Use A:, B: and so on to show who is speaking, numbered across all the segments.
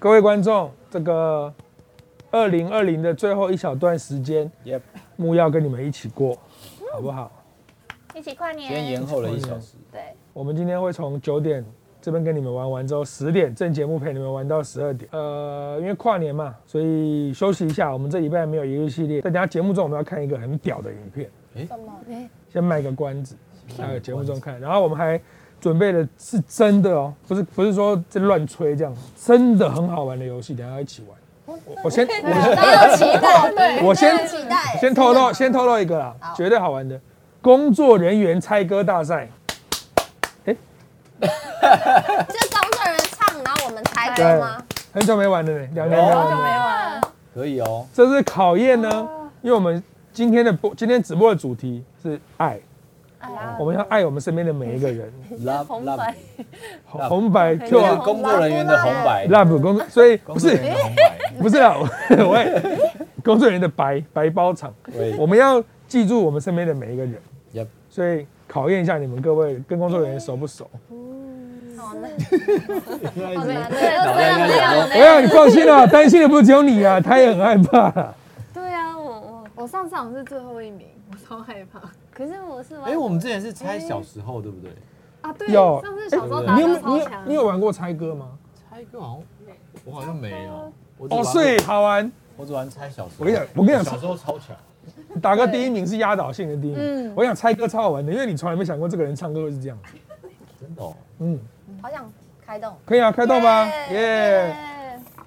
A: 各位观众，这个二零二零的最后一小段时间，
B: Yep，
A: 木曜跟你们一起过，好不好？
C: 一起跨
B: 今天
C: 年。
B: 延后了一小时，
C: 对，
A: 我们今天会从九点这边跟你们玩完之后，十点正节目陪你们玩到十二点。呃，因为跨年嘛，所以休息一下。我们这礼拜没有一日系列，在等下节目中我们要看一个很屌的影片，
D: 什么？哎
A: 先卖个关子，还有节目中看。然后我们还准备的是真的哦，不是不是说这乱吹这样，真的很好玩的游戏，等下要一起玩。我我先我先
D: 大家有期 待，对，
A: 我先
D: 大家有期待，
A: 先透露，先透露一个啦，绝对好玩的，工作人员猜歌大赛。
D: 就工作人员唱，然后我们猜歌吗？
A: 很久没玩了呢，两年没玩
B: 哦
A: 了。
B: 可以哦。
A: 这是考验呢，因为我们今天的播，今天直播的主题是爱，
B: 啊
A: 我们要爱我们身边的每一个 人，
B: Love
E: 红
B: Love，
E: 白
A: 红红白 Q
B: 这是
A: 啊
B: 工作人员的红白，
A: ，love 工作，所以
B: 工
A: 不
B: 作
A: 是
B: 人员的红白，
A: 不是啊，我我也 工作人员的白白包场，我
B: 对
A: 们要记住我们身边的每一个人，
B: ，Yep，
A: 所以考验一下你们各位跟工作人员熟不熟。
D: 好，那
B: 脑袋应该想说
D: 啊
A: 我要哎你放心啊，担心的不是只有你啊， 他也很害怕啊。
E: 对啊，我我
F: 我上次好像是最后一名，我超害怕
E: 可是我是玩
B: 哎，我们之前是猜小时候，对不对？
F: 啊！对，
A: 有
F: 上次小时候
B: 哎
F: 打
A: 你有
F: 的
A: 你
F: 超
A: 有
F: 强，
A: 你有玩过猜歌吗？
B: 猜歌好像我好像没有，我只
A: 哦，
B: 玩
A: 所以好玩。
B: 我只玩猜小时候。
A: 我跟你讲我跟你讲
B: 小时候超强，
A: 达哥第一名是压倒性的第一名。我想猜歌超好玩的，因为你从来没想过这个人唱歌会是这样子。
B: 真的哦。
A: 嗯，
D: 好想开动，
A: 可以啊，开动吧，耶！
F: 耶！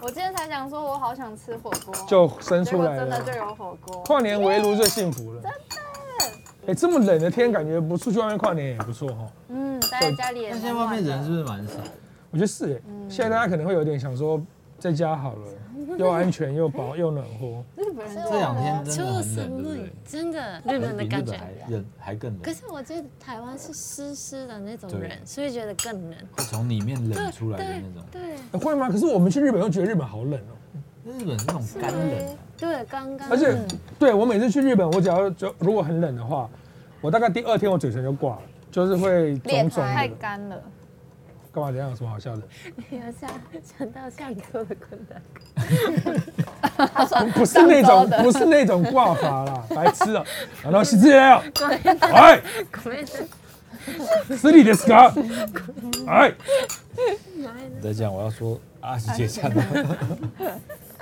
F: 我今天才想说，我好想吃火锅，
A: 就生
F: 结
A: 出
F: 果
A: 来
F: 真的
A: 了
F: 就。有火锅。
A: 跨年围炉最幸福了。真的。哎，这么冷的天，感觉不出去外面跨年也不错哈。
E: 嗯待在家里也
B: 但
E: 蛮
B: 现在外面人是
E: 乱的
B: 不是蛮少？
A: 我觉得是哎，现在大家可能会有点想说，在家好了，又安全又保又暖和。
F: 日本人
D: 是
F: 真的
B: 这两天真的
G: 秋
B: 很冷，
G: 深
B: 对不
G: 露
B: 对？，
G: 真的日本的
B: 比
G: 感
B: 日
G: 觉
B: 本。还冷，还更
G: 可
B: 冷，
G: 是我觉得台湾是湿湿的那种
B: 对
G: 人，所以觉得更冷。
B: 会从里面冷出来的
G: 对
B: 那种。
G: 对
A: 哎会吗？可是我们去日本又觉得日本好冷哦。
B: 日本是那种干冷啊，
G: 对，刚刚。
A: 而且，对我每次去日本，我只要就如果很冷的话，我大概第二天我嘴唇就挂了，就是会肿肿
F: 太
A: 的。
F: 干了，
A: 干嘛这样？有什么好笑的？
G: 你有想想到上周的困难？
A: 不是那种，不是那种挂法啦，白痴啊！然后是这样，哎，
G: ごめんなさい
A: 失礼ですか？哎，
B: 你在讲我要说阿喜姐唱的，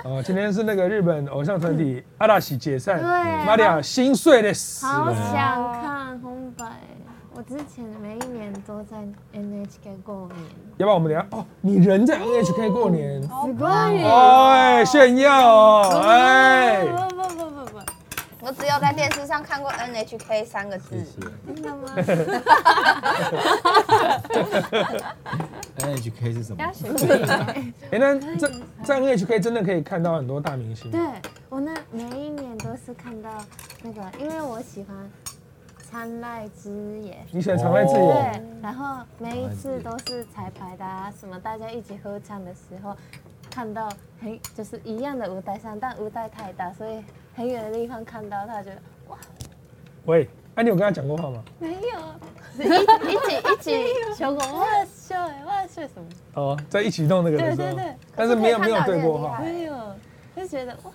A: 哦，今天是那个日本偶像团体阿拉西解散，玛利亚心碎的死
G: 好
A: 了。
G: 想看红白。我之前每一年都在 NHK 过年，
A: 要不然我们等一下哦，你人在 NHK 过年，
G: すごい。
A: 哎，炫耀哦，哎，
F: 不不不不不，
D: 我只有在电视上看过 NHK 三个字
B: 谢，谢。
G: 真的吗？
B: NHK 是什么？
A: 哎，那在在 NHK 真的可以看到很多大明星。
G: 对我那每一年都是看到那个，因为我喜欢参濑之野，
A: 你喜欢常在自
B: 哦
A: 己
G: 对，然后每一次都是彩排的啊，什么大家一起合唱的时候，看到很就是一样的舞台上，但舞台太大，所以很远的地方看 到他，觉得
A: 喂，哎，你有跟他讲过话吗？
G: 没有，一起一起一起小狗哇秀哎哇秀什么？
A: 哦，在一起弄那个的时候，
G: 对对对
A: 但是没有
D: 可
A: 没
D: 是
A: 有
D: 可以看
A: 对
D: 到
A: 过
D: 这个厉
A: 话啊
D: 害
G: 没有，就觉得哇，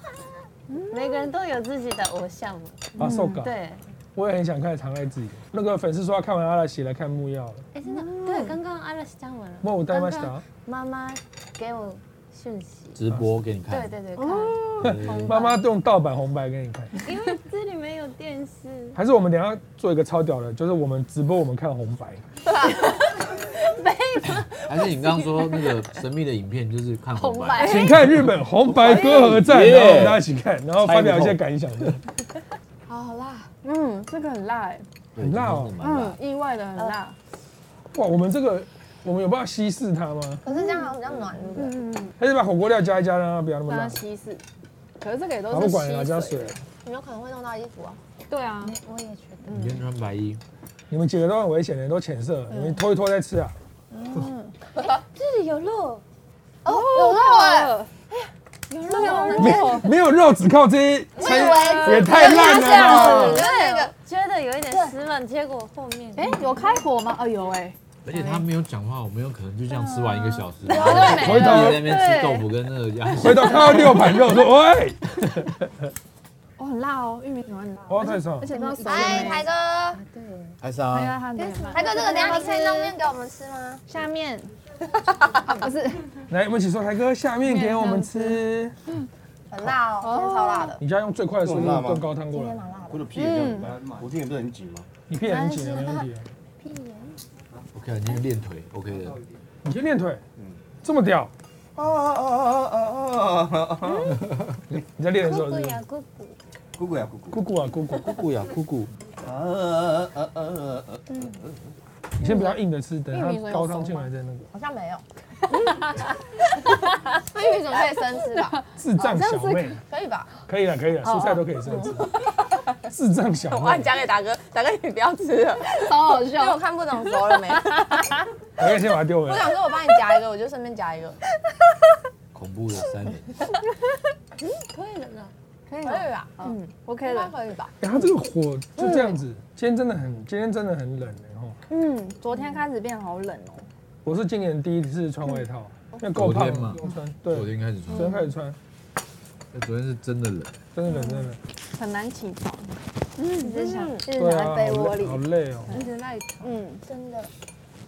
G: 每个人都有自己的偶像嘛。
A: 啊，受感。
G: 对，
A: 我也很想看常在自己。那个粉丝说要看完阿拉西来看木曜了，
G: 哎真的，对，刚刚阿拉斯讲完了，
A: 木我带
G: 刚
A: 吗？
G: 刚妈妈给我讯息，
B: 直播给你
G: 对
B: 看，
G: 对对，看了
B: 对
A: 妈妈用盗版红白给你看，
G: 因为这里没有电视。
A: 还是我们等一下做一个超屌的，就是我们直播我们看红白，
B: 还是你刚刚说那个神秘的影片，就是看红白，
A: 请看日本红白歌合战，
B: 耶
A: 然后我们大家一起看，然后发表一些感想。
F: 好好辣，嗯，这个很辣哎，
B: 对
A: 很辣哦
B: 真的蛮辣
F: 嗯，意外的很辣，
A: 哇，我们这个我们有办法稀释它吗？
D: 可是这样好像比较暖，对不对？
F: 嗯，
A: 还是把火锅料加一加，让它不要那么
F: 让它
A: 辣？
F: 稀释，可是这个也
A: 啊，
F: 都
A: 不
F: 是
A: 管了，
F: 稀
A: 加
F: 水，
A: 水。
D: 你有可能会弄到衣服啊，
F: 对啊，
D: 我也觉得。
B: 你今天穿白衣，
A: 你们几个都很危险的，都浅色，你
D: 嗯
A: 们拖一拖再吃啊。
G: 这里有肉，
D: 哦，有肉哎，
F: 了，有肉有
A: 没
F: 肉，
A: 没有肉，只靠这些
D: 哦我以
A: 餐
D: 为
A: 也太烂
D: 这样
A: 了
D: 子，
A: 吧。
D: 那个
G: 觉得有一点失望，结果后面
F: 哎，有开火吗？哦有哎，
B: 而且他没有讲话，我们有可能就这样吃完一个小时，
H: 啊对没了
B: 回头在那边吃豆腐跟那个鸭血
A: 回，头看到六盘肉，说 喂，
H: 哦，很辣哦，玉米怎么很辣？
A: 哇，太爽
H: 而！且都熟了
D: 哎，
H: 没？
D: 台哥，
B: 还是
H: 哎呀，
B: 啊，
H: 它没有辣
D: 台哥，这个等一下你可以弄面给我们吃吗？
F: 下面
H: 啊不是，
A: 来，我们一起说，台哥，下面给我们吃。
D: 很辣哦，今天超辣的。
A: 你家用最快的速
C: 这
A: 度
C: 么辣吗
A: 炖高汤过来，
C: 我的屁眼不是我屁眼不是很紧吗？
A: 你屁眼很紧啊，没问题 啊。
B: 我看啊你那个练腿 OK 的，
A: 你先练腿，这么屌，
C: 啊啊啊啊啊啊啊！
A: 你在练的时候是不是
F: 姑姑，
C: 姑姑呀姑姑
A: 姑姑啊姑姑，
B: 姑姑呀姑姑，
C: 啊啊啊啊啊！
A: 你先不要硬的吃，等
D: 玉米
A: 它
D: 笋有
A: 高汤
D: 熟
A: 进
D: 吗
A: 来再那个
D: 好像没有。 那玉米笋可以生吃吧？
A: 智障小妹，
D: 可以哦吧？
A: 可以了可以了，蔬菜都可以生吃。 智障小
G: 我要
A: 妹，
G: 讲给达哥，达哥你不要吃了，
F: 超好
D: 因为
F: 笑
D: 我。看不懂熟 了没。我
A: 我要先把它丢回来。
D: 想说，我帮你夹一个，我就顺便夹一个。
B: 恐怖的三年，
D: 可以吧？嗯，OK 的，可以吧？
A: 欸它这个火就这样子，
B: 嗯
A: 今天真的很，今天真的很冷然后
H: 嗯，昨天开始变好冷哦。
A: 我是今年第一次穿外套，因为够
B: 哦昨
A: 胖
B: 天嘛
A: 我穿， 对，
B: 昨天开始穿哎
A: 昨，天开始穿，
B: 昨天是真的冷，
A: 真的冷，真的冷，
H: 很难起床，
F: 一直
D: 嗯
F: 想，一直
A: 对
F: 想
A: 啊，
F: 在
A: 好
F: 被
A: 累，
F: 窝里
A: 好。累哦，
H: 一直赖床，嗯
D: 真的，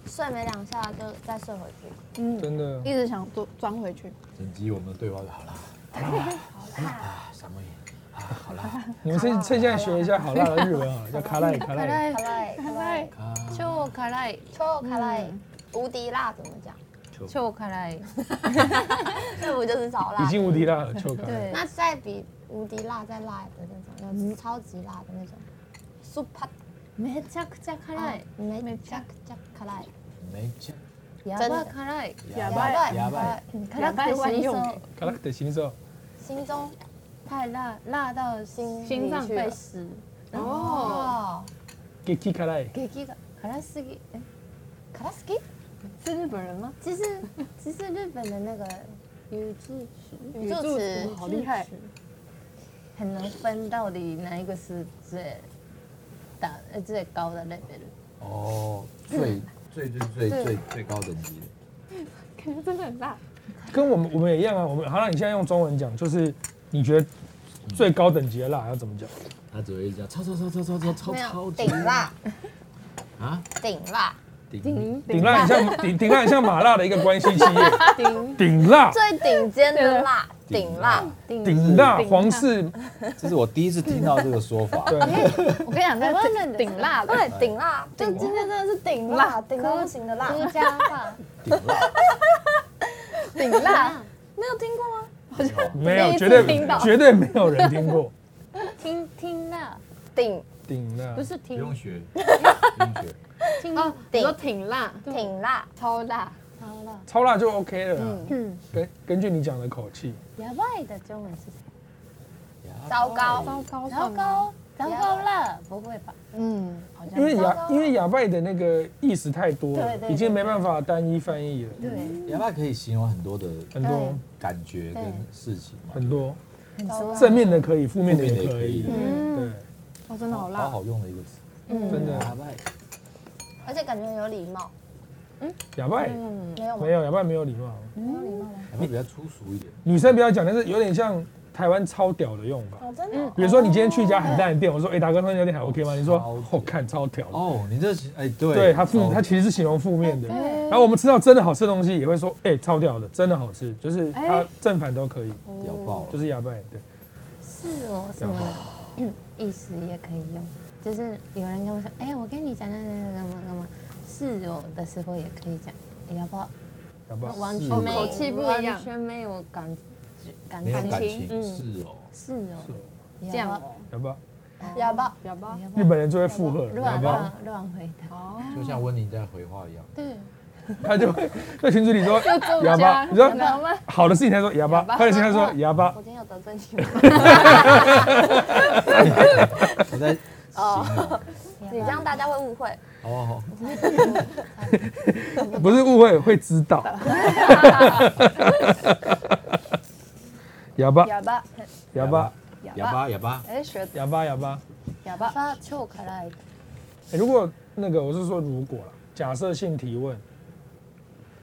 D: 睡没两下就再睡回去。
H: 嗯，
A: 真的。
H: 一直想做装回去。
B: 整集我们的对话就好了，啊，什么也，啊，好了，
A: 你们趁趁现在学一下好辣的日文啊，叫卡赖卡赖，
D: 卡赖，卡赖，
B: 啊，
F: 超可爱，
D: 超卡赖，无敌辣怎么讲？
F: 超可爱。
D: 这不就是超
A: 已
D: 辣？
A: 经无敌辣了，就卡赖。
F: 对，
D: 那再比无敌辣再辣的那种，那超级辣的那种。super
F: めちゃくちゃ辛
D: 辣
F: い。，
D: 没加加卡赖，
B: 没见，
F: や
D: 真
F: ば
D: 的
F: 辛い。
B: 哑
D: 哑
B: 巴
D: 巴嗯
B: 哑巴，
F: 辛くて心臓
A: 卡赖的形状，
D: 心中
F: 太辣，辣到心
D: 心脏被
F: 撕。
D: 哦，
A: 给 K 卡赖，
F: 激が辛すぎ。
D: 哎
F: え
D: 卡拉斯基
H: 是日本人吗？
F: 这 是这是日本的那个语助词，
D: 宇宙词
H: 好厉害，
F: 很难分到底哪一个是最大呃最高的 level。
B: 哦，最最最最最最高等级，
H: 感觉真的很辣。
A: 跟我们我们也一样啊。我们好了，你现在用中文讲，就是你觉得最高等级的辣要怎么讲？
B: 他只会讲超超超超超超超
D: 没
B: 超
D: 有
B: 级
D: 顶辣，
B: 啊，
D: 顶辣，
B: 顶
A: 顶辣很像顶顶辣很像麻辣的一个关系企 业，顶辣
D: 最顶尖的辣，顶辣，
A: 顶辣皇室
B: 这是我第一次听到这个说 法。
A: 对，
H: 我跟你讲，台湾人
F: 顶辣的，
D: 对，顶辣，就
F: 今天真的是顶
D: 辣，顶到不行的辣。
F: 独家吧，
B: 顶辣，
F: 顶辣。
D: 没有听过吗？
A: 没有，
F: 第一次
A: 绝对
F: 听到
A: 绝对没有人听 过
F: 听听辣，
D: 顶
A: 顶辣
F: 不，是
B: 不用
F: 听
B: 学，不用学，
F: 听
H: 哦，你说
D: 顶
H: 挺辣，
D: 挺辣，
H: 超辣，
F: 好了，
A: 超辣就 OK 了啦。
H: 嗯，
A: 根根据你讲的口气，
F: 哑巴的中文是
D: 糟
G: 哦
D: 糕，
H: 糟糕，
F: 糟，糕，糟糕了，不会吧？
H: 嗯，
F: 好像
A: 因为
F: 糟
A: 哑因为哑巴的那个意思太多
F: 对对
A: 了，
F: 对
A: 已经没办法单一翻译了，
F: 对，
B: 哑巴可以形容很多的
A: 很多
B: 感觉跟事情嘛，
A: 很多
F: 很嗯糟
A: 正面的可以，负
B: 负
A: 面
B: 面
A: 的也
B: 的也
A: 可
B: 可
A: 以
B: 以，，
A: 对，嗯
H: 哦，真的好
B: 好
H: 辣，
B: 好用的一啊个词。
A: 真
B: 哑
A: 的
B: 巴，
D: 而且感觉很有礼貌，
A: 哑巴
F: 嗯
D: 没有吗
A: 没？有哑巴没有礼貌，
B: 哑巴比较粗俗一点，
A: 女生不要讲，但是有点像台湾超屌的用法。
D: 哦，真的，
A: 比如说你今天去一家很烂的店，我说哎大哥，那家店还 OK 吗？你说
B: 超屌
A: 哦看超屌的，
B: 哦，你这是哎，对，
A: 对他负
B: 哦
A: 他其实是形容负面的。然后我们吃到真的好吃的东西，也会说，哎、超屌的，真的好吃，就是
F: 哎
A: 它正反都可以，
B: 屌爆
A: 就
B: 了，
A: 是哑巴也对，
F: 是哦，什么意思也可以用，就是有人跟我说，哎、我跟你讲那那那干嘛干嘛，是哦的时候也可以讲，要不要
A: 哑巴
F: 完
B: 是哦
F: 全没有
B: 口
H: 气不一样
F: 完全没有感感
B: 没有感
F: 情，
B: 情，是哦，
F: 是哦，
H: 这样
F: 要
H: 哦，
A: 哑巴，
D: 哑巴，
H: 哑巴，
F: 不
A: 日本人就会附和，哑
F: 乱啊
A: 巴，
F: 乱乱回答，
B: 就像温妮在回话一样，
F: 对，
A: 他就会在群组里说哑巴，你说好的事情他说哑巴，坏的事情他说 哑巴，
D: 我今天有得罪你吗？
B: 我在形容。
D: 你这样大家会误会，
B: 哦，
A: 不是误会会知 道，哑巴，
H: 哑巴，
A: 哑巴，
B: 哑巴哑巴，
H: 哎，学
A: 哑巴，哑巴。
H: 哑巴，
F: 发臭可爱，
A: 哎如果那个我是说如果啦，假设性提问，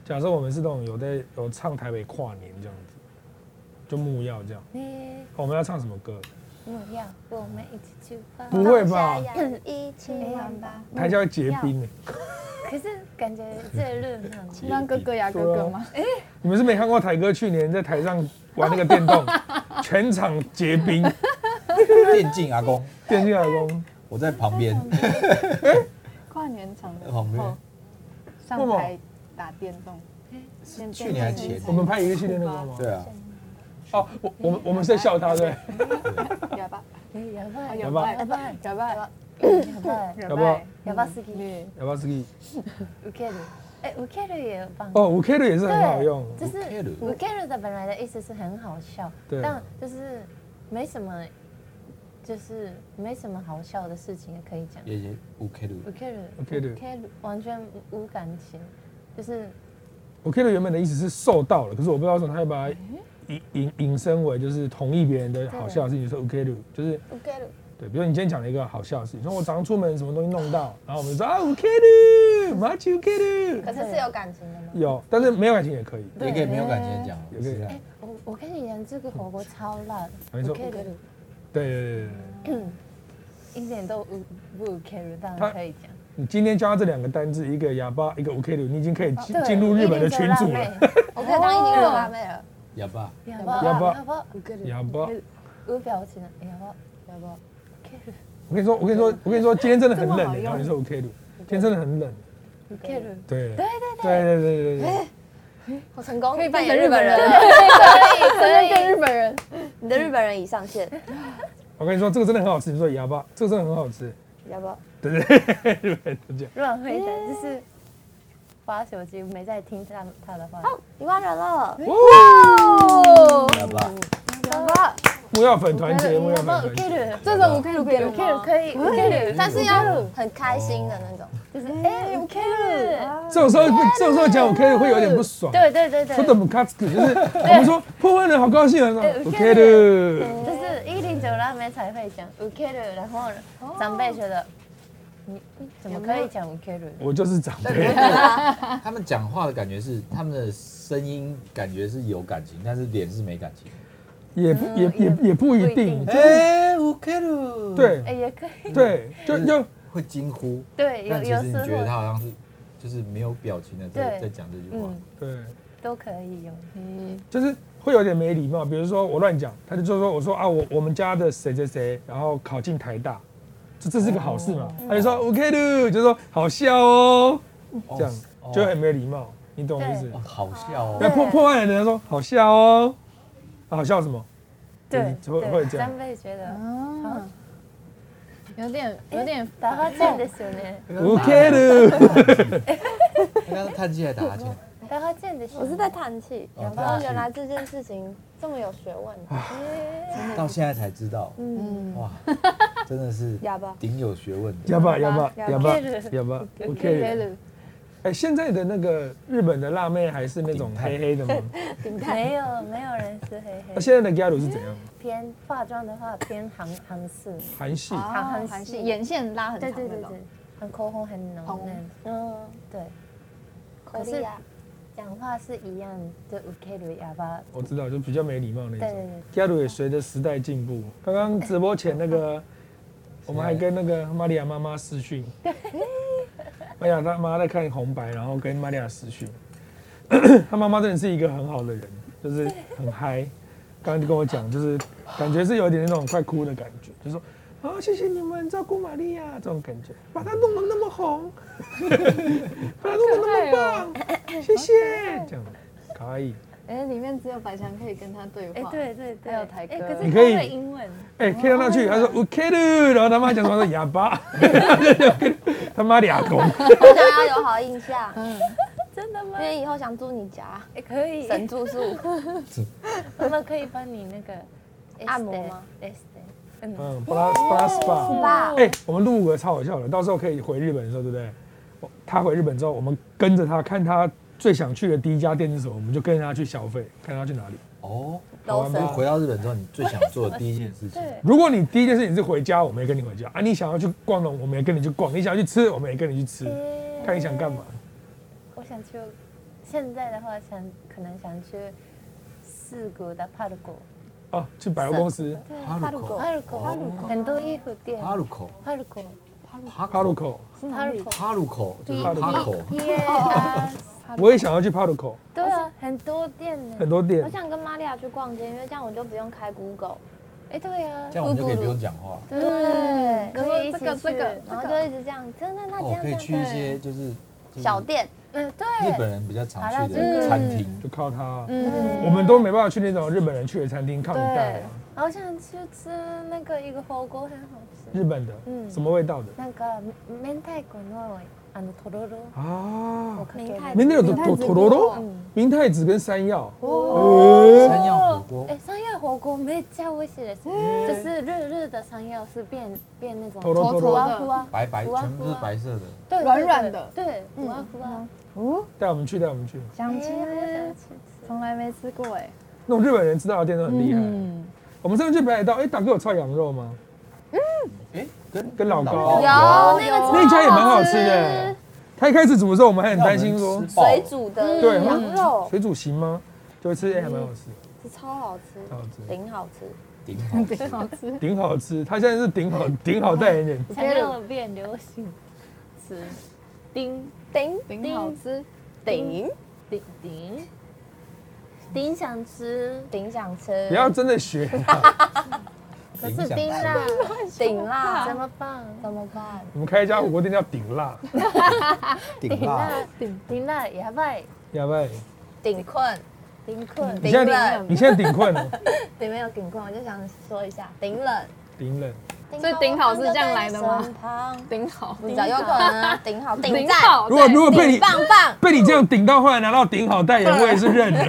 A: 假设我们是那种有在有唱台北跨年这样子，就木曜这样，哦
F: 你
A: 我们要唱什么歌？
F: 我要我们一起去吧。
A: 不会吧？
D: 一起玩吧，
A: 台下会结冰呢、欸啊
F: 可是感觉最热闹。
H: 让哥哥呀哥哥吗？哎，
A: 你们是没看过台哥去年在台上玩那个电动，全场结冰，
B: 电竞阿公，
A: 电竞老公
B: 我在旁边，
H: 跨年场的时
B: 旁边
H: 候上台打电动，
B: 去年还前
A: 我们拍一个系列那个吗？
B: 对啊，
A: 哦，我我们我们是在笑他对，
H: 哑巴，
F: 你や
D: 哎
F: ばい
A: 哑
F: や
A: 巴
F: ばいやばいやばい
A: 哑巴
F: やばすぎる。
A: 哑巴斯基，
F: ウケる。哎，ウケる也棒。
A: 哦，五 K 的也是很好用，哦
F: 就是
B: ウケる
F: ウケる的本来的意思是很好笑，
A: 对
F: 但就是没什么，就是没什么好笑的事情也可以讲。
B: 也也 OK 的，
F: ウケる
A: ウケる
F: ウケる完全无感情，就是
A: 五 K 的原本的意思是受到了，可是我不知道为什么他会把它引引引申为就是同意别人的好笑的事情，说五 K 的，就是
D: 不给了。
A: 对，比如你今天讲了一个好笑的事情，说我早上出门什么东西弄到，然后我们就说啊五 K 的，马奇五 K 的，
D: 可是是有感情的吗？
A: 有，但是没有感情也可以，
B: 也可以没有感情地讲，
A: 也可以
B: 是啊
F: 哎，我我跟你讲，这个火锅超辣的，
A: 没错
F: ウケる
A: 对对对对对。
F: 一点都不不ウケる，当
A: 他
F: 然可以讲。
A: 你今天教这两个单字，一个哑巴，一个 OK 流，你已经可以进
F: 哦对
A: 进入日本的群组了。。
F: 欸
D: 我可以当一零六辣妹了。
B: 哑巴，
F: やば
A: やば
F: やばウケる
A: 哑巴，
F: 无表情的やばやば。
A: 我跟你说，我跟你说，我跟你说，今天真的很冷
H: 这么好
A: 欸。
H: 用
A: 然后你说 OK 流，今天真的很冷。
F: ウケる。
A: 对对对对对对对，
D: 好成功，
G: 可以扮演日本人，
D: 可以
H: 日本人
G: 你的日本人已上线，
A: 我跟你说，这个真的很好吃。你说哑巴，这个真的很好吃。
G: 要不要？
A: 对对对，日本人都这样。
F: 乱回答就是发手机没在听他他的话。
G: 一万人了，
A: 哇！
B: 哑巴，
A: 木曜粉团节，木曜
F: や
A: 粉
F: ば
A: 团
F: ウケ
A: 节。
F: る。
H: 这种我可以给
F: ウケる可以ウケる，
D: 但是要很开心的那种。
F: 就是哎ウケる。
A: 这种时候，这种时候讲 OK 流会有点不爽。
F: 对对对
A: 说
F: 对
A: 的，不卡斯克，就是我们说破万人好高兴啊
F: 对
A: ，OK 流。
F: 就是一零九拉面才会讲ウケる，然后长辈觉得你你怎么可以讲ウケる？
A: 我就是长辈，
B: 他们讲话的感觉是，他们的声音感觉是有感情，但是脸是没感情。
A: 也不也也也不一定。
B: 哎，OK 的，，
F: 哎
A: 对
F: 也可以，
A: 对，就就。
B: 会惊呼，
F: 对有
B: 但其
F: 有
B: 实你
F: 时
B: 觉得他
F: 候
B: 好像是就是没有表情的在
F: 对
B: 在讲这句话
F: 嗯，
A: 对，
F: 都可以用。
A: 就是会有点没礼貌。比如说我乱讲，他就说我说啊，我我们家的谁谁谁，然后考进台大，这这是个好事嘛？他就说 OK 的，就说好笑哦，
B: 哦
A: 这样
B: 哦
A: 就很没礼貌，你懂我意思
B: 哦？好笑
A: 那
B: 哦，
A: 破破案的人说好笑哦，啊好笑什么？
F: 对，
A: 会会这样
F: 长辈觉得
H: 啊，有点有
F: 有
H: 点
F: 打哈欠ですよね。
B: 嗯
A: OK 的，
B: 刚刚叹气还打哈欠，
F: 打哈欠ですよね。
G: 我是在叹气，
B: 哦
G: 然后原来这件事情这么有学问，
B: 到现在才知道，
G: 嗯，
B: 哇，真的是
G: 哑巴，
B: 顶有学问的。
A: 哑巴哑巴
G: 哑
A: 哑巴
F: 哑
A: 哑巴 OK 的。哎，现在的那个日本的辣妹还是那种
B: 顶
A: 黑
B: 配
A: 黑的吗？
F: 没有没有人是黑黑
A: 那
F: 的，
A: 现在的 g a l 是怎样？
F: 偏化妆的话偏韩韩式，
A: 韩系
H: 啊，
F: 韩
H: 韩
F: 系
H: 系眼线拉很
F: 对
H: 长
F: 对对
H: 那种
F: 对，，很口红很浓那样子，
G: 嗯，
F: 对，
G: 可啊是
F: 讲话是一样的 OK 的哑巴，
A: 我知道，就比较没礼貌那
F: 对
A: 种
F: 对。对，
A: 加鲁也随着时代进步。刚刚直播前那个，我们还跟那个玛利亚妈妈视讯，玛利亚她妈在看红白，然后跟玛利亚视讯。 她妈妈真的是一个很好的人，就是很嗨。刚刚就跟我讲，就是感觉是有点那种快哭的感觉，就说啊，谢谢你们照顾玛利亚这种感觉，把她弄得那么红， 把她弄得那么
F: 哦
A: 棒，谢谢，这样，可以。
H: 哎，里面只有百强可以跟他对
F: 哎
H: 话，，
F: 对对对，
H: 还有台歌
F: 哎可是
A: 你可以
F: 他会英文，
A: 哎、可以让他去。他说 OK 的，然后他妈讲什 么哑巴，他妈俩公。
D: 我想要有好印 象，
F: 真的吗
D: 因？为以后想住你家，
F: 哎，可以，
D: 神住宿。
F: 妈妈可以帮你那 个
D: 按摩吗
F: ？S
A: 嗯，巴拉巴拉 SPA。
D: 爸，
A: 哎、我们录五个超好笑的，到时候可以回日本的时候，对不对？我他回日本之后，我们跟着他，看他最想去的第一家店是什么，我们就跟着他去消费，看他去哪里。
B: 哦，
A: 好玩
B: 就
A: 吗？
B: 回到日本之后，你最想做的第一件事情，
A: 如果你啊第一件事情是回家，我们也跟你回家啊；你想要去逛的，我们也跟你去逛；你想要去吃，我们也跟你去吃。看你想干嘛。
F: 我想去，现在的话想可能想去四谷的帕鲁谷，
A: 哦，去百货公司
B: 哈鲁口，
F: 帕鲁谷很多衣服店，
B: 哈鲁口，
F: 帕鲁谷，
B: 哈
A: 哈鲁，口，
F: 帕鲁谷，
B: 哈鲁口就是
A: 哈鲁
B: 哈口，
F: 耶啊，
A: 我也想要去哈鲁口，
F: 对啊，很多店呢
A: 很，多
G: 我
A: 店。
G: 想跟玛利亚去逛街，因为这样我就不用开 Google，
F: 哎对啊
B: 这，样我们就可以不用讲话。
G: 对，可以一起
F: 这个
G: 去
F: 这个
G: 然后就一直这样，真的那这
B: 哦，
G: 样
B: 可以去一些就是就是
G: 小店，
F: 嗯对，
B: 日本人比较常去的餐厅，
A: 就靠它啊，
G: 嗯
A: 我们都没办法去那种日本人去的餐厅，靠你带啊。
F: 好想去吃那个一个火锅，很好吃，
A: 日本的，
F: 嗯
A: 什么味道的
F: 那个明太子のあのとろろ，
A: 啊？
F: 明太
A: 明太子土土罗罗，明太子跟山药，
B: 山药火锅
F: 哎，山药火锅めっちゃ美味しいです。就是热热的山药是变变那种
A: 土罗土
F: 糊
A: 罗，
F: 啊糊啊，
B: 白白
F: 糊啊
B: 全部
F: 糊
B: 都
F: 啊
B: 是白色的，
F: 对对
H: 软软的
F: 对，糊
G: 嗯
F: 啊糊啊，
A: 带我们去，带我们去。
H: 想吃，
F: 哎
H: 从来没吃过哎。
A: 那种日本人知道的店都很厉害。
H: 嗯
A: 我们上次去北海道，哎，大哥有炒羊肉吗？
B: 哎，跟
A: 跟老高
B: 高
G: 有那个
A: 那家也蛮哦好吃的。他一开始煮的时候，我们还很担心说，
G: 水煮的
A: 对嗯
G: 羊肉
A: 水煮行吗？就会吃，哎，还蛮好吃，
G: 是超好吃，
A: 好吃，
G: 顶好吃。
B: 顶好吃，
A: 顶好吃。他现在是顶 好顶好代言人，
F: 才让我变流行词，丁
G: 顶
H: 顶好
G: 吃，顶
F: 丁丁丁想吃，
G: 顶想
A: 不要
G: 吃，
A: 真的学。啊
F: 可是丁
B: 顶
F: 啦，
G: 顶辣
F: 怎么办？
G: 怎么办？
A: 我们开一家火锅店叫顶 辣，
C: 顶辣，
F: 丁丁啦，やばい，
A: 要不然
G: 顶困，
F: 丁困，
A: 你
G: 顶
A: 现在
G: 冷
A: 你现在顶困了，
G: 你没有顶困，我就想说一下，顶冷。
A: 顶冷。
H: 所以顶好是这样来的吗
G: 身旁？
H: 顶好，
G: 比较有可能啊，顶好，顶
H: 顶
G: 赞，
H: 好，
A: 如果如果被
G: 哦顶
A: 你
G: 棒棒，
A: 被你这样顶到，后来拿到顶好代言，我也是认了。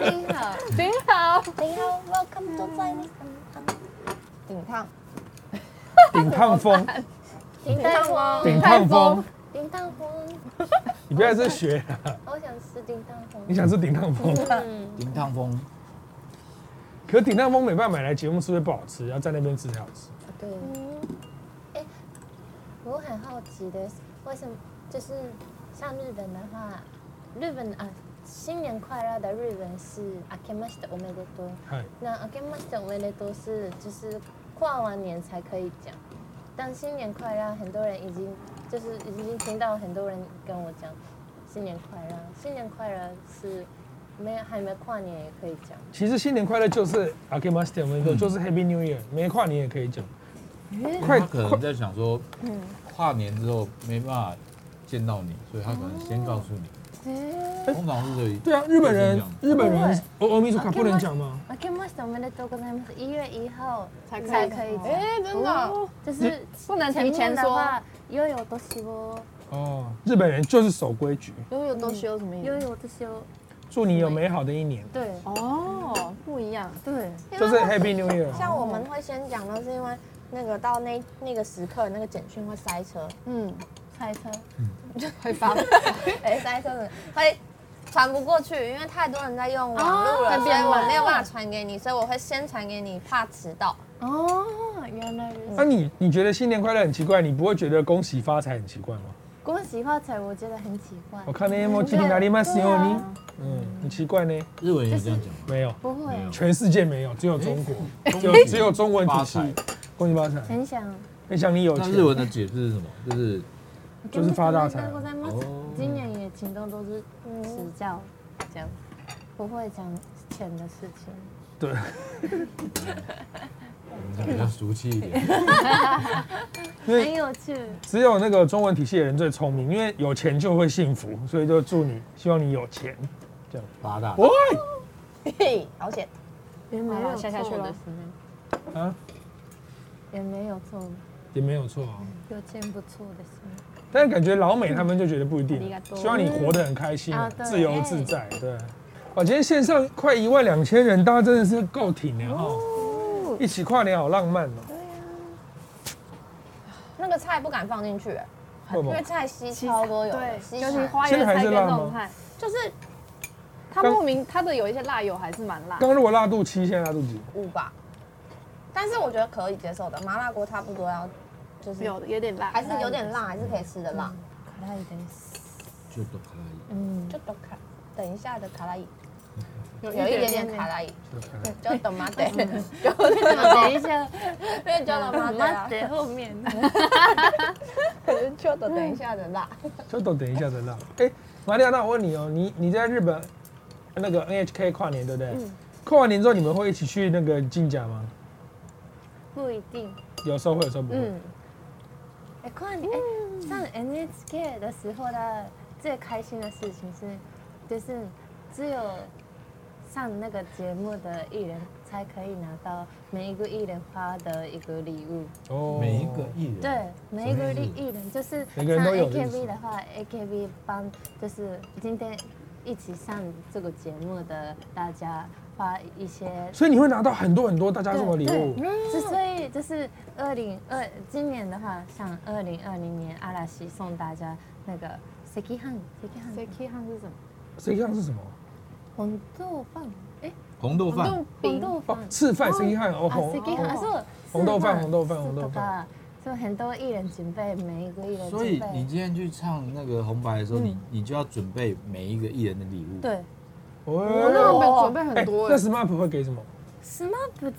G: 顶好，
H: 顶好，
G: 顶好，Welcome to Chinese，顶烫，
A: 顶烫 风，
G: 顶烫
A: 顶烫风，
G: 顶烫风，
A: 你不要再学了。
G: 我想吃顶烫风，
A: 你想吃顶烫风？
B: 顶烫风，
A: 可顶烫风没办法买来节目，是不是不好吃？要在那边吃才好吃。
F: 对，
G: 嗯我很好奇的是，为什么就是像日本的话，日本啊，新年快乐的日本是あけましておめでとう。
A: 嗨，
G: 那あけましておめでとう是就是跨完年才可以讲，但新年快乐很多人已经就是已经听到很多人跟我讲新年快乐，新年快乐是没有还没跨年也可以讲，
A: 其实新年快乐就是阿 k m a s t e r
B: 嗯
A: 们就是 Happy New Year，没跨年也可以讲。快
B: 他可能在想说，跨年之后没办法见到你，所以他可能先告诉你，通常是这里，
A: 对啊，日本人
B: 就是这样
A: 日本人欧欧米苏卡不能讲吗？
F: あけましておめでとうございます。一月一号
H: 才
F: 才可以讲，
H: 哎，真的
F: 就是
H: 不能
F: 前
H: 提
F: 面
H: 前
F: 的
H: 说。
F: 话，又有多西哦。
A: 哦，日本人就是守规矩，
H: 悠悠都修什么意
F: 悠
H: 思？
F: 悠这些哦，
A: 祝你有美好的一年，
F: 对
H: 哦，不一样。
F: 对，
A: 就是 Happy New Year。
G: 啊像我们会先讲都是因为那个到那那个时刻那个简讯会塞车，
H: 嗯，
G: 塞车，
H: 会 发
G: 哎、塞车的会传不过去，因为太多人在用网络了，
H: 啊会
G: 所以
H: 变
G: 我
H: 慢
G: 没有办法传给你，所以我会先传给你，怕迟到。
F: 哦，原来如
A: 那
F: 此。
A: 你你觉得新年快乐很奇怪，你不会觉得恭喜发财很奇怪吗？
F: 恭喜发财，我觉得很奇怪
A: 我，看那 emoji
F: 啊
A: 你哪里卖使用你，嗯，很奇怪呢，
B: 日文也这样讲吗？
A: 没有，
F: 不会
B: 没，有
A: 全世界没有，只有中国，
B: 恭喜
A: 就只有中文体系
B: 发财。
A: 恭喜发财，
F: 很想
A: 很想你有
B: 那
A: 钱。
B: 日文的解释是什么？就是
A: 就是发大财
F: あけましておめでとうございます
B: 哦
F: 今年也请动都是指教，这样不会讲钱的事情。
A: 对，
B: 我们讲比较俗气一点。
A: 因
F: 很
A: 为
F: 有趣，
A: 只有那个中文体系的人最聪明，因为有钱就会幸福，所以就祝你，希望你有钱。
B: 八大
A: 喂，
G: 嘿，好险！
F: 也没有
H: 下下去
F: 错
H: 了
F: 的时候，
A: 啊，
F: 也没有错，
A: 也没有错啊。
F: 有钱不错的时候。
A: 但是感觉老美他们就觉得不一
H: あり
A: 定
H: が，とう
A: 希望你活得很开心
F: 啊，对
A: 自由自在。对，哇，今天线上快一万两千人，大家真的是够挺的哈，一起跨年好浪漫哦，
G: 那个菜不敢放进去、
A: 会
G: 因
A: 吗
G: 为？菜吸超多油的，
H: 对，
G: 吸
H: 尤
G: 超
H: 其花椰菜跟种菜，
G: 就是
H: 它莫名它的有一些辣油还是蛮辣。
A: 刚刚如果辣度七，现在辣度几？
G: 五吧。但是我觉得可以接受的，麻辣锅差不多要就是
H: 有有点辣，
G: 还是有点辣，还是可以吃的辣。辛いです。
B: 就都可以。
G: 嗯，ちょっと卡，等一下的卡拉伊，有
F: 有
G: 一点点卡拉伊，就等啊马得，
F: 等一下，
G: 因为叫了马得
F: 妈
G: 啊，
F: 在后面。
G: 可是就等等一下的啦。
A: 就等等一下，等到。哎，玛利亚，那我问你哦，你你在日本那个 NHK 跨年对不对？跨完年之后，你们会一起去那个金甲吗？
F: 不一定。
A: 有时候会，有时候不会。
G: 嗯，
F: 哎，跨年，哎，上 NHK 的时候呢，最开心的事情是，就是只有上那个节目的艺人才可以拿到每一个艺人发的一个礼物。
A: 哦
B: 每一个艺人，
F: 对，每一个艺
B: 什么意
F: 艺人就是
A: 每
F: 上
A: 个人都有的意思
F: AKB 的话，AKB 帮就是今天一起上这个节目的大家发一些。
A: 所以你会拿到很多很多大家送的礼物。
F: 之所以嗯就是二零二今年的话，像二零二零年阿拉西送大家那个 Seki Han Seki Han
H: 谁 K 汉是什么？
A: 谁看是什么？
F: 红豆饭，哎，
B: 红豆饭，
F: 红豆
A: 哦
F: 饭，
A: 吃饭谁看？哦
F: 嗯啊，Seki
A: 红
F: Han 是
A: 红豆饭红豆饭红豆饭，
F: 就很多艺人准备，每一个艺人
B: 所
F: 准
B: 以你
F: 备，
B: 今天去唱那个红白的时候，你你就要准备每一个艺人的礼物。，
F: 对。
H: 我那
A: 哦。
H: 个准备很
A: 哎
H: 多
A: 那
H: 哎，
A: SMAP 会给什么？
F: 什么不是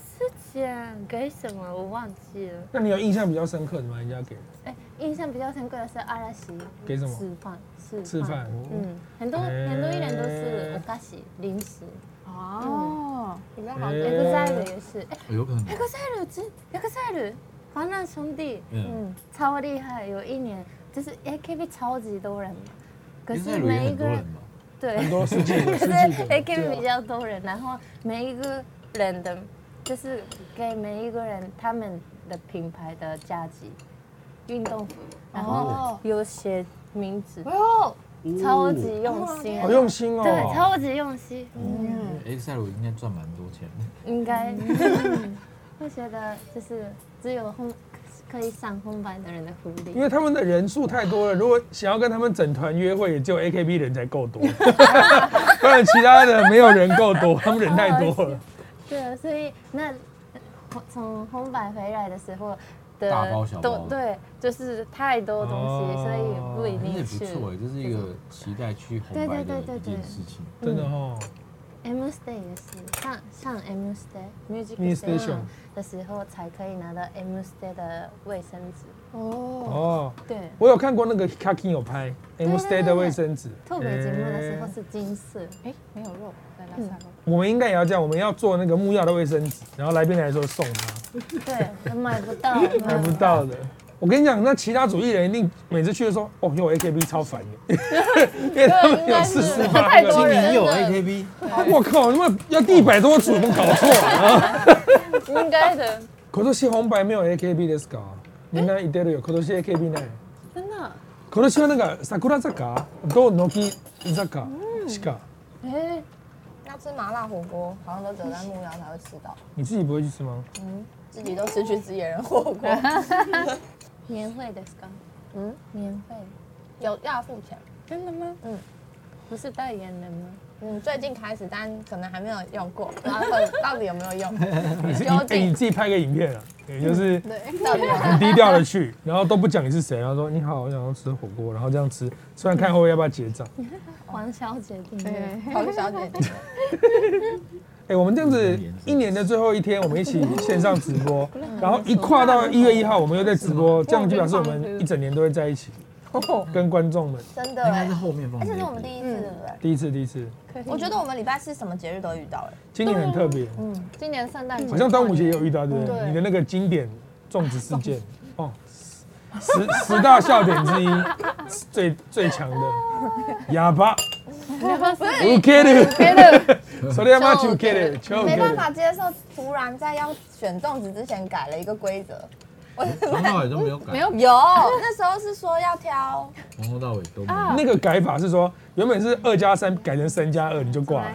F: 奖给什么？我忘记了。
A: 那你有印象比较深刻的吗？人家给的
F: 哎，印象比较深刻的是阿拉西
A: 给什么
F: 吃饭，吃
A: 吃饭。
F: 嗯，很多
A: 哎
F: 很多艺人都是お菓子零食。
H: 哦，
G: 比较
A: 哎
F: EXILE 也是哎
B: 有可能。
F: ，EXILE 真 EXILE 防弹兄弟，
B: 嗯，
F: 嗯，超厉害。有一年就是 AKB 超级多人嘛，可
B: 林
F: 是
B: 赛鲁也
F: 每一
B: 很
F: 个
B: 多人
F: 人
B: 嘛，
F: 对
A: 很多世纪的
F: 可
A: 世
F: 是
A: 纪的
F: AKB 比较多人，然后每一个人的就是给每一个人他们的品牌的加级运动服，
G: 嗯
F: 然后
G: 哦
F: 有写名字，
H: 哦，
F: 超级用心，
A: 好用心哦。
F: 对，超级用心，
B: A 赛鲁应该赚蛮多钱的。
F: 应该嗯会觉得就是只有烘可以上烘班的人的福利
A: 因。为他们的人数太多了，如果想要跟他们整团约 会，也只有 AKB 人才够 多，不然其他的没有人够多，他们人太多
F: 哦
A: 了。
F: 对，啊所以那从红白回来的时候的
B: 大包小包
F: 都对，就是太多东西，
A: 哦
F: 所以不一
B: 那也
F: 定
B: 不
F: 去。
B: 错哎，这是一个期待去红白的一件事情。
A: 真
F: 嗯
A: 的哦，
F: M Stay 也是上上 M Stay Music
A: Music Station
F: Station 的时候才可以拿到 M Stay 的卫生纸。
H: 哦，
A: 哦，
F: 对，
A: 我有看过那个 Kakin 有拍 M Stay 的卫生纸，
F: 特别节目的时候
A: 哎
F: 是金 色，
H: 哎，没有肉，来拉萨肉，
A: 我们应该也要这样，我们要做那个木曜的卫生纸，然后来宾来的时候送他，
F: 对，买不 到，
A: 买不到的。我跟你讲，那其他主艺人一定每次去的时候，哦，有 AKB 超烦的，因为他们有四十八个
B: 今年又有 AKB，
A: 我靠，他妈要一百多组，我们搞错了啊！
G: 应该的，
A: 今年红白没有 AKB ですか？みんな言ってるよ。今年 AKB ない。
H: 真的，
A: 今年はなんか桜坂と乃木坂しか。
F: 哎，
G: 那吃麻辣火锅好像都只有在幕僚才会吃到，
A: 你自己不会去吃吗？
G: 自己都吃去吃野人火锅，
F: 年会的是刚，
G: 嗯
F: 嗯，年会
G: 有要付钱。
F: 真的吗？
G: 嗯
F: 嗯，不是代言人吗？
G: 嗯，最近开始，但可能还没有用过，然后到底到底有没有用？ 究
A: 哎，你
G: 竟
A: 自己拍个影片啊，也就是
G: 到底有没有
A: 很低调的去，然后都不讲你是谁，然后说你好，我想要吃火锅，然后这样吃，吃完看后要不要结账。
F: 黄小姐订阅，
H: 哎，
G: 黄小姐姐？
A: 哎，我们这样子一年的最后一天，我们一起线上直播，然后一跨到一月一号，我们又在直播，这样就表示我们一整年都会在一起，跟观众们
G: 真的
B: 应该
G: 哎
B: 是，后面放
G: 哎，
B: 的。
G: 这是我们第一次，对不对？
A: 第一次，第一次，
G: 我觉得我们礼拜四什么节日都遇到，哎，
A: 今年很特别。
F: 今年圣诞节
A: 好像端午节也有遇到，对不对？你的那个经典粽子事 件，哦，十十大笑点之一， 最最强的，哑 巴。不给的， 所以他妈就给的，就
G: 没
A: 给
G: 办
A: 的。
G: 法接受，突然在要选粽子之前改了一个规则。
B: 从头到尾都没有改，没有
G: 有，那时候是说要挑，
B: 从头到尾都没有。
A: 那个改法是说，原本是二加三改成三加二，你就 挂了。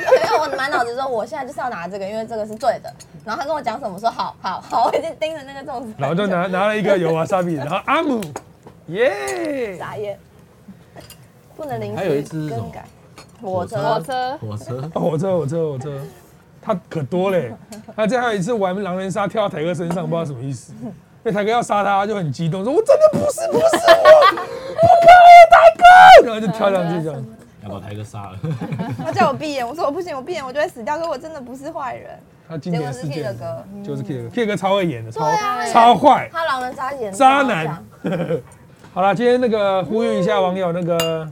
G: 因为我满脑子说我现在就是要拿这个，因为这个是对的。然后他跟我讲什么，我说好好好， 我已经盯着那个粽子。
A: 然后就拿拿了一个有瓦萨比，然后阿姆，耶！
G: 眨眼，不能临
B: 还有一
G: 时
B: 次是什
G: 更
B: 么？
G: 改。火
B: 火
G: 车，
H: 车，
B: 火车，
A: 哦，我车，我车，我车，他可多嘞。他这还有一次玩狼人杀跳到台哥身上，不知道什么意思。因为台哥要杀他，他就很激动，说：“我真的不是，不是我，不 god！然后就跳上去这样。
B: 要把台哥杀了。
H: 他叫我闭眼，我说我不行，我闭眼我就会死掉。可是我真的不是坏人，
A: 他经典事
H: 结果
A: 件
H: 是 K 的歌
A: 就是 K 的歌，K 的歌超会演的，超
D: 啊
A: 超坏，
D: 他老人渣
H: 啊
D: 演
A: 渣男。。 好了，今天那个呼吁一下网友，那个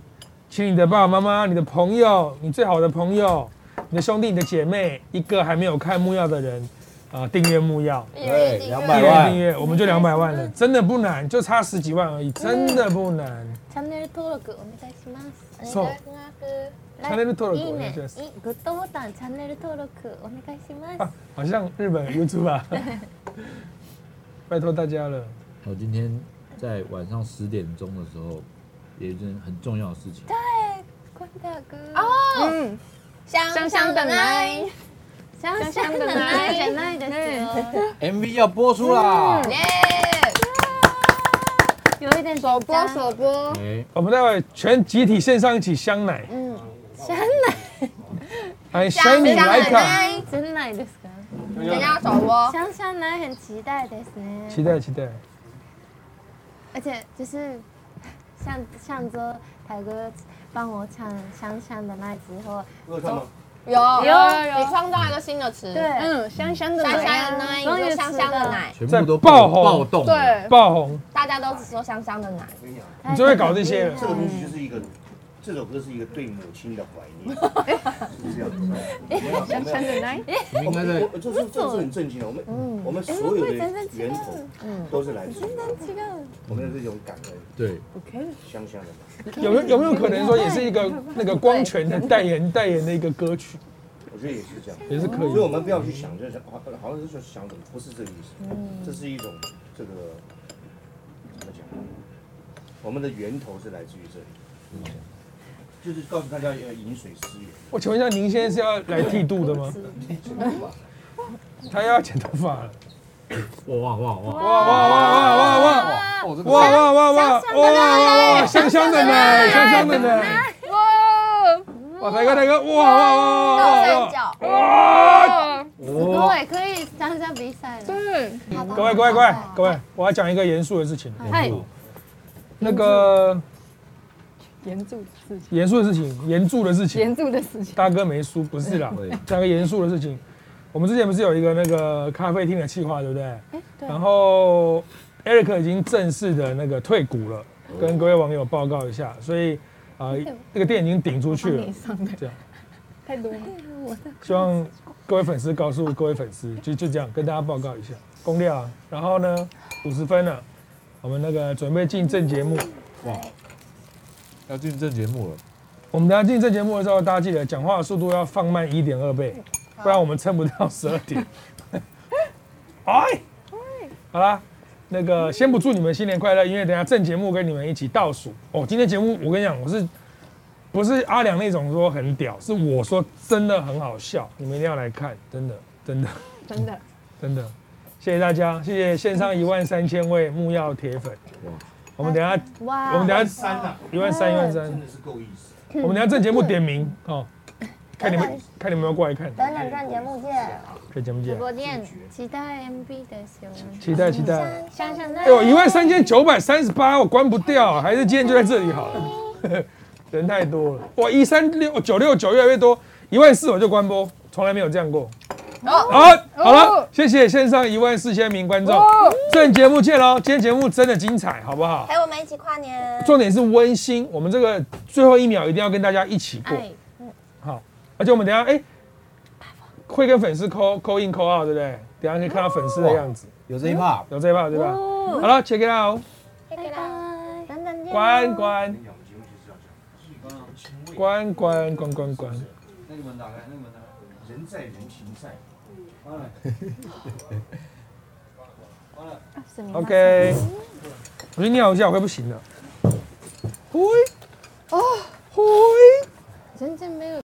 A: 请你的爸爸妈妈、你的朋友、你最好的朋友、你的兄弟、你的姐妹，一个还没有看木曜的人，啊、订阅木曜。
C: 对，两百
A: 订阅订
C: 万，
A: 阅，我们就两百万了，真的不难，就差十几万而已，真的不难。
G: チャンネル登録お願いします。
A: そうチャンネル登録
G: いい
A: お願
G: ね
A: いします
G: いグッドボタンチャンネル登録お願いします。
A: 啊，好像日本 YouTube 啊，拜托大家了。
B: 我今天在晚上十点钟的时候，有一件很重要的事情，
G: 关大哥，
H: 嗯，
D: 哦香香的奶，
G: 香香的奶，じゃないですよ。
B: MV 要播出啦！
G: 有一点紧
H: 首播
G: 张。
H: 首播，
G: 嗯
B: 哎，
A: 我们待会全集体献上一起香奶，哎，香你来看，
G: じゃないですか。
H: 人家首播，
G: 香香奶很期待ですね。
A: 期待期待。
G: 而且就是上上周台哥帮我唱香香的那之后，
D: 有
H: 有
D: 你创造一个新的词，
G: 对，，
H: 嗯，香香的
D: 香
H: 奶，
D: 香的奶，你说香香的奶，
B: 全部都
A: 在爆红
B: 暴动，，
H: 对，
A: 爆红，
D: 大家都只说香香的奶，
A: 你就会搞这些
I: 这个
A: 了。
I: 东西就是一个，这首歌是一个对母亲的怀念，是这样子。
H: 香香的奶，
B: 你们应该在
I: 我我这是这是很正经的，我们我们所有的源头都是来自于我们的这种感恩，
B: 对，
I: 香香的。
A: 有没有有没有可能说也是一个那个光泉的代言代言的一个歌曲，
I: 我觉得也是这样，
A: 也是可
I: 所以我
A: 以。
I: 们不要去想，就是好好像是想什么，不是这个意思，
D: 嗯
I: 这是一种这个怎么讲？我们的源头是来自于这里，
A: 嗯
I: 就是告诉大家要饮水思源。
D: 哦
A: 我请问一下，您现在是要来剃度的吗？他要剪头发了。
B: 哇哇哇哇
A: 哇哇哇哇哇哇哇哇哇哇哇哇哇！香香的奶，香香的奶，哇！哇，大哥大哥，哇哇哇哇哇哇！
B: 哇！
G: 对，可以参加比赛了。
H: 嗯，
A: 各位各位各位各位，我要讲一个严肃的事情。
B: 嗨，
A: 那个
H: 严肃的事情，
A: 严肃的事情，严肃的事情，
H: 严肃的事情，
A: 大哥没输，不是啦，讲个严肃的事情。我们之前不是有一个那个咖啡厅的计划，对不
H: 哎
A: 对？然后 Eric 已经正式的那个退股了，
H: 哦
A: 跟各位网友报告一下，所以啊、呃，那个店已经顶出去了。
H: 太多了，
A: 希望各位粉丝告诉各位粉丝，就就这样跟大家报告一下攻略啊。然后呢，五十分了，我们那个准备进正节目。
B: 要进正节目了，
A: 我们等下进正节目的时候，大家记得讲话的速度要放慢一点二倍，不然我们撑不到十二 点。哎，好啦，那个先不祝你们新年快乐，因为等下正节目跟你们一起倒数。哦，今天节目我跟你讲，我是不是阿良那种说很屌，是我说真的很好笑，你们一定要来看，真的真的。
H: 真的，
A: 真的，谢谢大家，谢谢线上一万三千位木曜铁粉。
B: 哇
A: 我们等一下，
G: 哇
A: 我们等一下
I: 三呐、
A: 一万三一万三
I: 真，的是够意思。
G: 嗯
A: 我们等一下正节目点名哦，看你们看你们要过来看，
D: 等等正节目见，
A: 这节目
G: 直
A: 见，
G: 播间期待 MB 的熊，
A: 期待期待。
G: 香香的
A: 哎呦，一万三千九百三十八，我关不掉，还是今天就在这里好
G: 哎
A: 了， 人太多了。哇，一三六九六九越来越多，一万四我就关播，从来没有这样过。好，好了，谢谢线上一万四千名观众，正节目见喽！今天节目真的精彩，好不好？
D: 哎陪我们一起跨年，
A: 重点是温馨，我们这个最后一秒一定要跟大家一起过。
G: 爱
A: 好，而且我们等一下哎、会跟粉丝扣扣 in 扣 out，对不对？等一下可以看到粉丝的样子，
B: 有这一趴，
A: 有这一趴对吧？好了，check it out，
D: 拜拜，等等见，
A: 关关关关关关关，
I: 那个门打开，那个门打开。人在人情在。完了，
A: ，OK。我去尿一下，我快不行了。喂，哦，喂。
G: 真正没有。